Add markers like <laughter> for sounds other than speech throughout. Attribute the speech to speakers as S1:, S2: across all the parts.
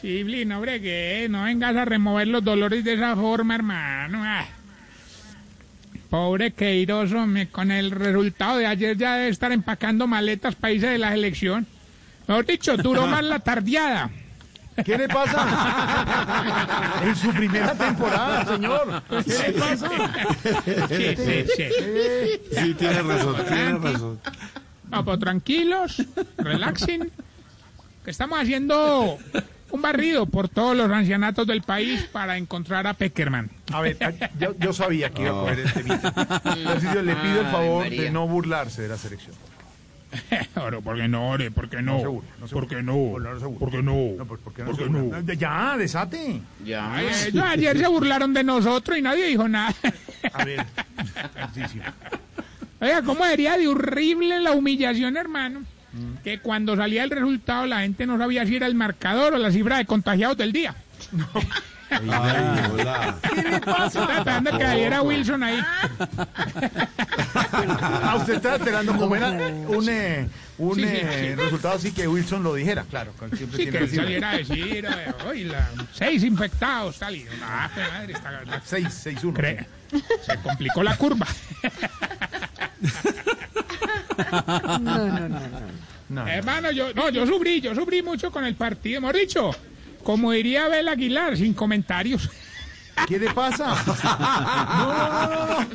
S1: Chiblin, hombre, que no vengas a remover los dolores de esa forma, hermano. Ah. Pobre Queiroz, hombre, con el resultado de ayer ya debe estar empacando maletas países de la selección. Mejor dicho, duró más la tardeada.
S2: ¿Qué le pasa?
S1: <laughs>
S2: En su primera temporada, señor. ¿Qué le pasa? Este,
S1: Sí, sí, sí.
S2: Sí, tiene razón, tiene razón.
S1: No, pues tranquilos, relaxen. Que estamos haciendo un barrido por todos los ancianatos del país para encontrar a Peckerman.
S2: A ver, yo, yo sabía que iba a coger este mito. Tarcisio, le pido el favor de no burlarse de la selección.
S1: Ahora, ¿por qué no, ore? ¿Por qué no?
S2: No se burle, no se
S1: ¿Por
S2: burle.
S1: qué no?
S2: No, no se burle.
S1: ¿Por qué no?
S2: No, pues, ¿por qué no?
S1: ¿Por
S2: se
S1: qué
S2: burla? Ya, desate.
S1: Ay, ellos ayer se burlaron de nosotros y nadie dijo nada. <laughs>
S2: A ver, Tarcisio.
S1: Oiga, ¿cómo sería de horrible la humillación, hermano?
S2: Mm.
S1: Que cuando salía el resultado la gente no sabía si era el marcador o la cifra de contagiados del
S2: <laughs>
S1: día. Estaba esperando que saliera Wilson ahí.
S2: Ah, usted está esperando como era un, eh, un
S1: Sí, sí,
S2: eh,
S1: sí.
S2: resultado así que Wilson lo dijera. Claro, con- siempre
S1: Sí,
S2: tiene
S1: que él
S2: razón.
S1: saliera a decir, eh,
S2: <laughs>
S1: "Oy, la- seis infectados, tal y... Ah, qué madre, está- está-
S2: 6, 6, 1.
S1: cre- se complicó la curva. Hermano, yo, no, yo sufrí, yo sufrí mucho con el partido, hemos dicho, como diría Abel Aguilar, sin comentarios. <laughs>
S2: ¿Qué le pasa?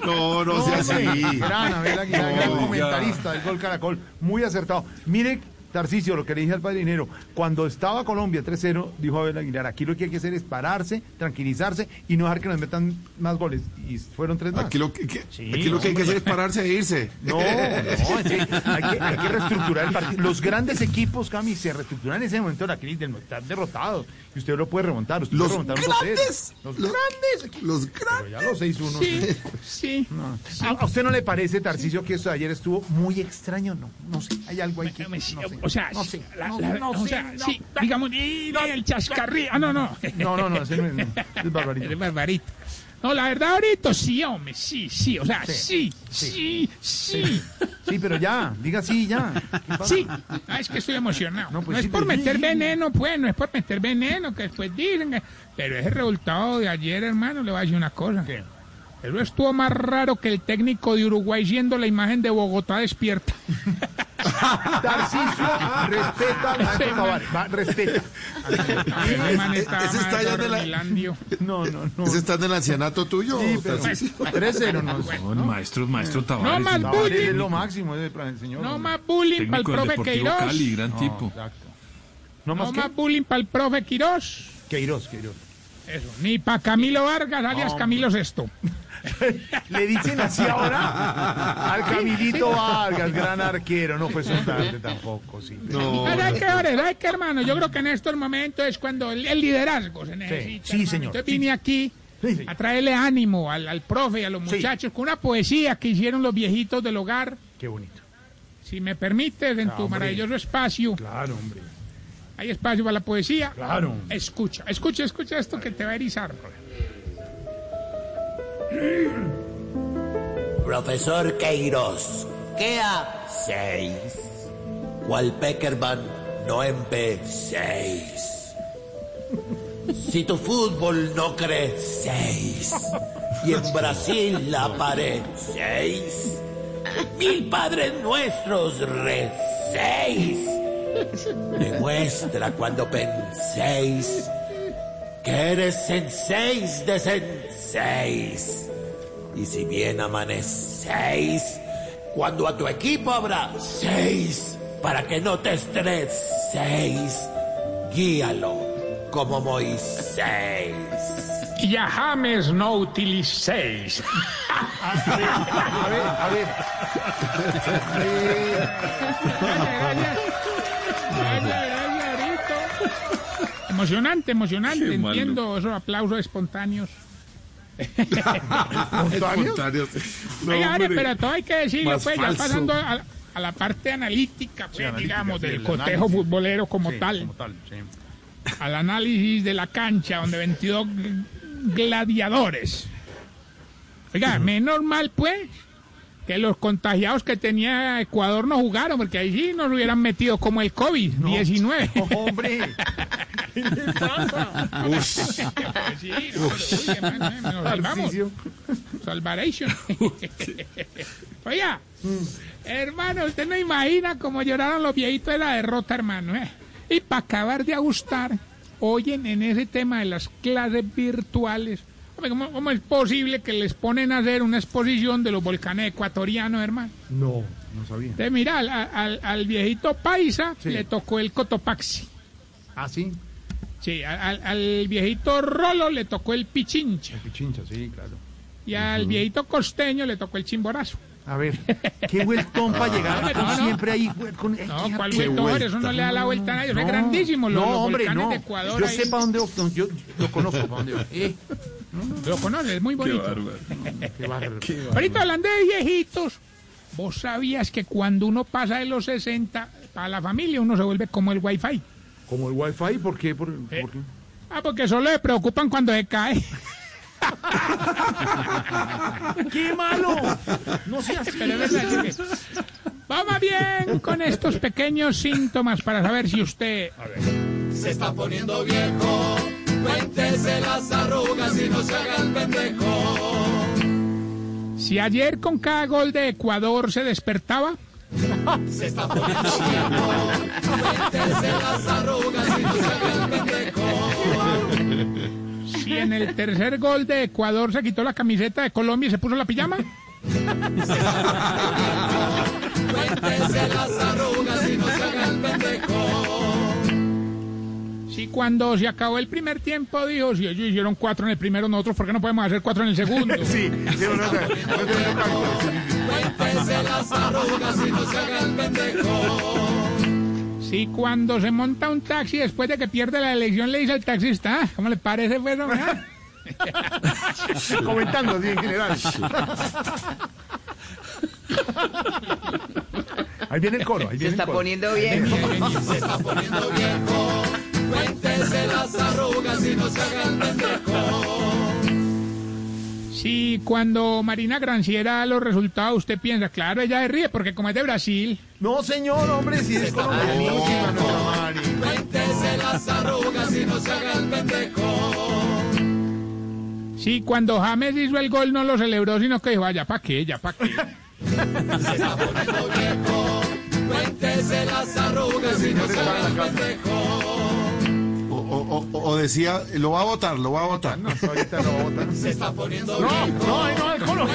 S3: No, no sea así.
S2: hombre, Gran Abel Aguilar, gran
S3: No, ya.
S2: comentarista del Gol Caracol, muy acertado. Mire, Tarcicio, lo que le dije al padrinero, cuando estaba Colombia 3-0, dijo Abel Aguilar, aquí lo que hay que hacer es pararse, tranquilizarse y no dejar que nos metan más goles. Y fueron tres más.
S3: Aquí lo que, que- aquí lo que hay que hacer es pararse e irse.
S2: No, no, es que hay, que, hay que reestructurar el partido. Los grandes equipos, Cami, se reestructuran en ese momento de la crisis, del estar derrotados. Y usted lo puede remontar. Usted
S3: Los
S2: puede remontar un
S3: grandes.
S2: 2-0. Los
S3: Los
S2: grandes.
S3: grandes. Los
S2: Pero
S3: grandes.
S2: ya los 6-1.
S1: Sí, sí. Ah,
S2: ¿A, a usted no le parece, Tarcisio, que eso de ayer estuvo muy extraño? No, no sé, hay algo ahí que... No sé,
S1: O sea,
S2: no sé,
S1: la-
S2: no,
S1: la-
S2: no
S1: o
S2: sé,
S1: sea,
S2: no.
S1: sí, digamos, y el chascarrillo. Ah, no, no.
S2: No, no, no, ese no es, no, es
S1: <laughs> Es
S2: <laughs> barbarito.
S1: barbarito. No, la verdad, ahorita sí, hombre, sí, sí, o sea, sí,
S2: Sí,
S1: sí, sí,
S2: Sí, pero ya, diga sí, ya. ¿Qué pasa?
S1: sí. Ah, es que estoy emocionado. No,
S2: No, pues
S1: es
S2: sí,
S1: por
S2: pues,
S1: meter
S2: sí, sí.
S1: veneno, pues, no es por meter veneno, que después dicen que- Pero ese resultado de ayer, hermano, le voy a decir una cosa. Eso estuvo más raro que el técnico de Uruguay siendo la imagen de Bogotá despierta.
S2: Tarcisio, respeta a Nacho
S1: Ese man-
S2: Tavares, va, respeta.
S1: Ese man
S3: ese-
S1: estaba
S3: ese
S1: más
S3: está allá de la-
S1: dormilandio.
S2: No, no, no.
S3: ¿Ese está en el ancianato tuyo?
S2: Sí,
S3: o
S2: pero
S1: pues,
S3: tal-
S2: 3-0 no son, ¿no?
S4: Maestro, maestro
S1: No
S4: Tavares.
S1: más
S2: Tavares es
S1: bullying,
S2: lo máximo, ese plan, señor.
S1: no
S2: hombre.
S1: más bullying para el
S4: técnico del
S1: profe
S4: Deportivo
S1: Queiroz.
S4: Cali, gran tipo.
S2: Exacto. No
S1: No
S2: más
S1: más
S2: que
S1: bullying para el profe Quirós.
S2: Queiroz, Queiroz.
S1: Eso, ni para Camilo Vargas, alias Camilo Sesto.
S2: Le dicen así
S1: <laughs>
S2: ahora al Camilito Vargas, gran arquero. No fue soltante tampoco, sí.
S3: No.
S1: ¿Sabes qué, Jorge? ¿Sabes qué, hermano? Yo creo que en estos momentos es cuando el, el liderazgo se necesita.
S2: sí,
S1: hermano.
S2: señor,
S1: Entonces
S2: sí.
S1: vine aquí
S2: Sí.
S1: a traerle ánimo al, al profe y a los
S2: Sí.
S1: muchachos con una poesía que hicieron los viejitos del hogar.
S2: Qué bonito.
S1: Si me permites, en tu
S2: Hombre.
S1: maravilloso espacio,
S2: Claro, hombre.
S1: hay espacio para la poesía.
S2: Claro.
S1: Escucha, escucha, escucha esto que te va a erizar. Jorge.
S5: Profesor Queiroz, queda 6. Cual Peckerman no empecéis. Si tu fútbol no crecéis y en Brasil aparecéis, mil padres nuestros recéis. Demuestra cuando penséis que eres senseis de senseis. Y si bien amanecéis, cuando a tu equipo habrá seis, para que no te estreséis, guíalo como Moisés.
S1: Y a James no utilicéis.
S2: A ver, a ver.
S1: Gracias, gracias. Gracias, gracias, Emocionante, emocionante.
S3: Qué malo.
S1: Entiendo esos aplausos espontáneos.
S3: Espontáneos. No,
S1: Oiga, Ares,
S3: hombre.
S1: pero todo hay que decirlo,
S3: Más
S1: pues, ya
S3: falso.
S1: pasando a, a la parte analítica, pues,
S2: analítica,
S1: digamos,
S2: sí,
S1: del
S2: el
S1: cotejo
S2: análisis.
S1: futbolero como
S2: Sí,
S1: tal,
S2: Como tal, sí.
S1: al análisis de la cancha, donde 22 gl- gladiadores. Oiga, menos mal, pues, que los contagiados que tenía Ecuador no jugaron, porque ahí sí nos hubieran metido como el COVID-19.
S2: <laughs> Hombre,
S1: <laughs> Sí, no, pero, uy, hermano, eh, nos salvamos.
S2: Tarcisio.
S1: Salvaration. Oiga, hermano, usted no imagina cómo lloraron los viejitos de la derrota, hermano. eh. Y para acabar de ajustar, oyen en ese tema de las clases virtuales. Hombre, ¿Cómo, cómo es posible que les ponen a hacer una exposición de los volcanes ecuatorianos, hermano?
S2: No, no sabía.
S1: Entonces, mira, al, al- al viejito Paisa
S2: Sí.
S1: le tocó el Cotopaxi.
S2: Ah, sí.
S1: Sí, al- al, al viejito Rolo le tocó el Pichincha.
S2: Pichincha, sí, claro.
S1: Y al viejito costeño le tocó el chimborazo.
S2: A ver, qué vueltón para llegar
S1: No, no.
S2: siempre ahí. güey, Con... este
S1: No,
S2: Ay,
S1: ¿cuál
S2: qué
S1: vuelto ahora?
S3: vuelta.
S1: Eso no le da la vuelta a nadie. Eso es grandísimo. Los, los volcanes de Ecuador.
S2: Yo
S1: ahí-
S2: sé para dónde opto, yo, yo conozco para dónde opto. <laughs> Eh,
S1: Lo conoces, es muy bonito.
S2: qué bárbaro.
S1: Ahorita hablando de viejitos, vos sabías que cuando uno pasa de los 60, para la familia uno se vuelve como el wifi.
S2: Como el wifi, ¿por qué? ¿Por, por qué?
S1: Ah, porque solo le preocupan cuando se cae.
S2: <laughs> ¡Qué malo! No seas
S1: Pero es verdad, es que- Vamos bien con estos pequeños síntomas para saber si usted se está poniendo viejo. Cuéntese las arrugas y no se haga el pendejo. Si ayer con cada gol de Ecuador se despertaba. Se está poniendo viejo. Cuéntese las arrugas y no se haga el pendejo. Si en el tercer gol de Ecuador se quitó la camiseta de Colombia y se puso la pijama. Sí, cuando se acabó el primer tiempo, dijo, si ellos hicieron cuatro en el primero, nosotros, ¿por qué no podemos hacer cuatro en el segundo?
S2: Sí, sí, no, no, no, no, no, no, no, no.
S1: Sí, cuando se monta un taxi después de que pierde la elección, le dice al taxista, "Ah, ¿cómo le parece? Pues, hombre, ah?"
S2: Comentando así en general. Ahí viene el coro, ahí viene el coro.
S4: poniendo bien.
S1: Sí, cuando Marina Granciera da los resultados, usted piensa, claro, ella se ríe porque como es de Brasil.
S2: No, señor, hombre, si es colombianísima nuestra Mari.
S1: Sí, cuando James hizo el gol no lo celebró, sino que dijo, vaya, ¿para qué? ¿Ya para qué?
S3: O, o- o- o decía, lo va a votar, lo va a votar.
S2: Ahorita Ah, no votan.
S1: No, no, no, el color.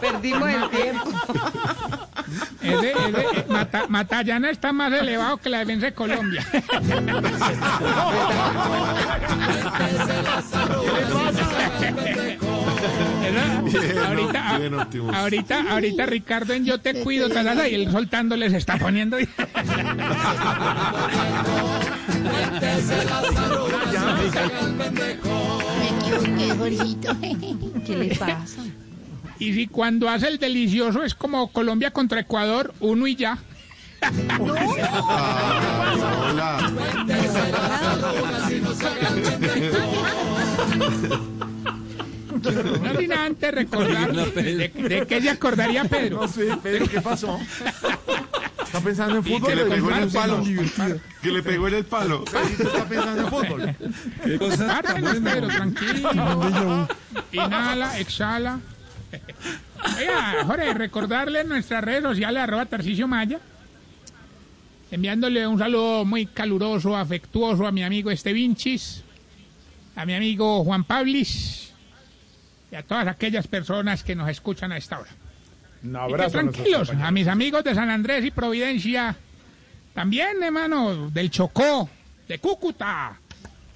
S4: Perdimos el tiempo.
S1: Es de- es de- Mata- Matallana está más elevado que la defensa de Colombia. Era- ahorita,
S3: bien, Optimus.
S1: ahorita, ahorita Ricardo en Yo te cuido, tal, tal, tal, y él soltándole se está poniendo.
S6: Me equivoqué, Jorgito. ¿Qué le pasa?
S1: Y si cuando hace el delicioso es como Colombia contra Ecuador, uno y ya.
S3: Hola.
S1: No sin antes recordar de, de qué se acordaría Pedro.
S2: No sé, Pedro, ¿qué pasó? ¿Está pensando en
S3: Y
S2: fútbol?
S3: que le pegó en el
S2: Disculpe,
S3: palo.
S2: no.
S3: Que le pegó en el palo.
S2: Pedrito <laughs> está pensando en fútbol.
S1: Compártenos, Pedro, tranquilo. Inhala, exhala. Oiga, Jorge, recordarle en nuestras redes sociales, arroba Tarcicio Maya, enviándole un saludo muy caluroso, afectuoso a mi amigo Estevinchis, a mi amigo Juan Pablis y a todas aquellas personas que nos escuchan a esta hora.
S2: Un
S1: Y que tranquilos, a mis amigos de San Andrés y Providencia, también, hermano, del Chocó, de Cúcuta,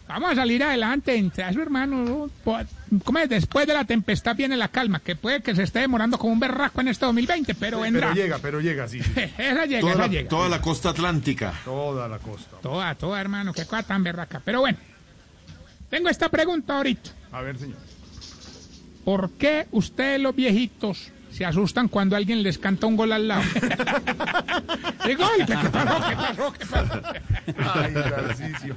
S1: Vamos a salir adelante, entre a su hermano. ¿no? Po- ¿Cómo es? Después de la tempestad viene la calma, que puede que se esté demorando como un berraco en este 2020, pero vendrá.
S3: Pero llega, pero llega, sí. sí.
S1: <laughs> Esa llega,
S3: Toda
S1: esa
S3: la,
S1: llega.
S3: toda la costa atlántica.
S2: Toda la costa.
S1: Toda, toda, hermano, qué cosa tan berraca. Pero bueno, tengo esta pregunta ahorita.
S2: A ver, señor.
S1: ¿Por qué ustedes los viejitos se asustan cuando alguien les canta un gol al lado? <laughs> Y gol, ¿qué pasó? ¿Qué pasó? ¿Qué pasó?
S2: Ay, Tarcicio.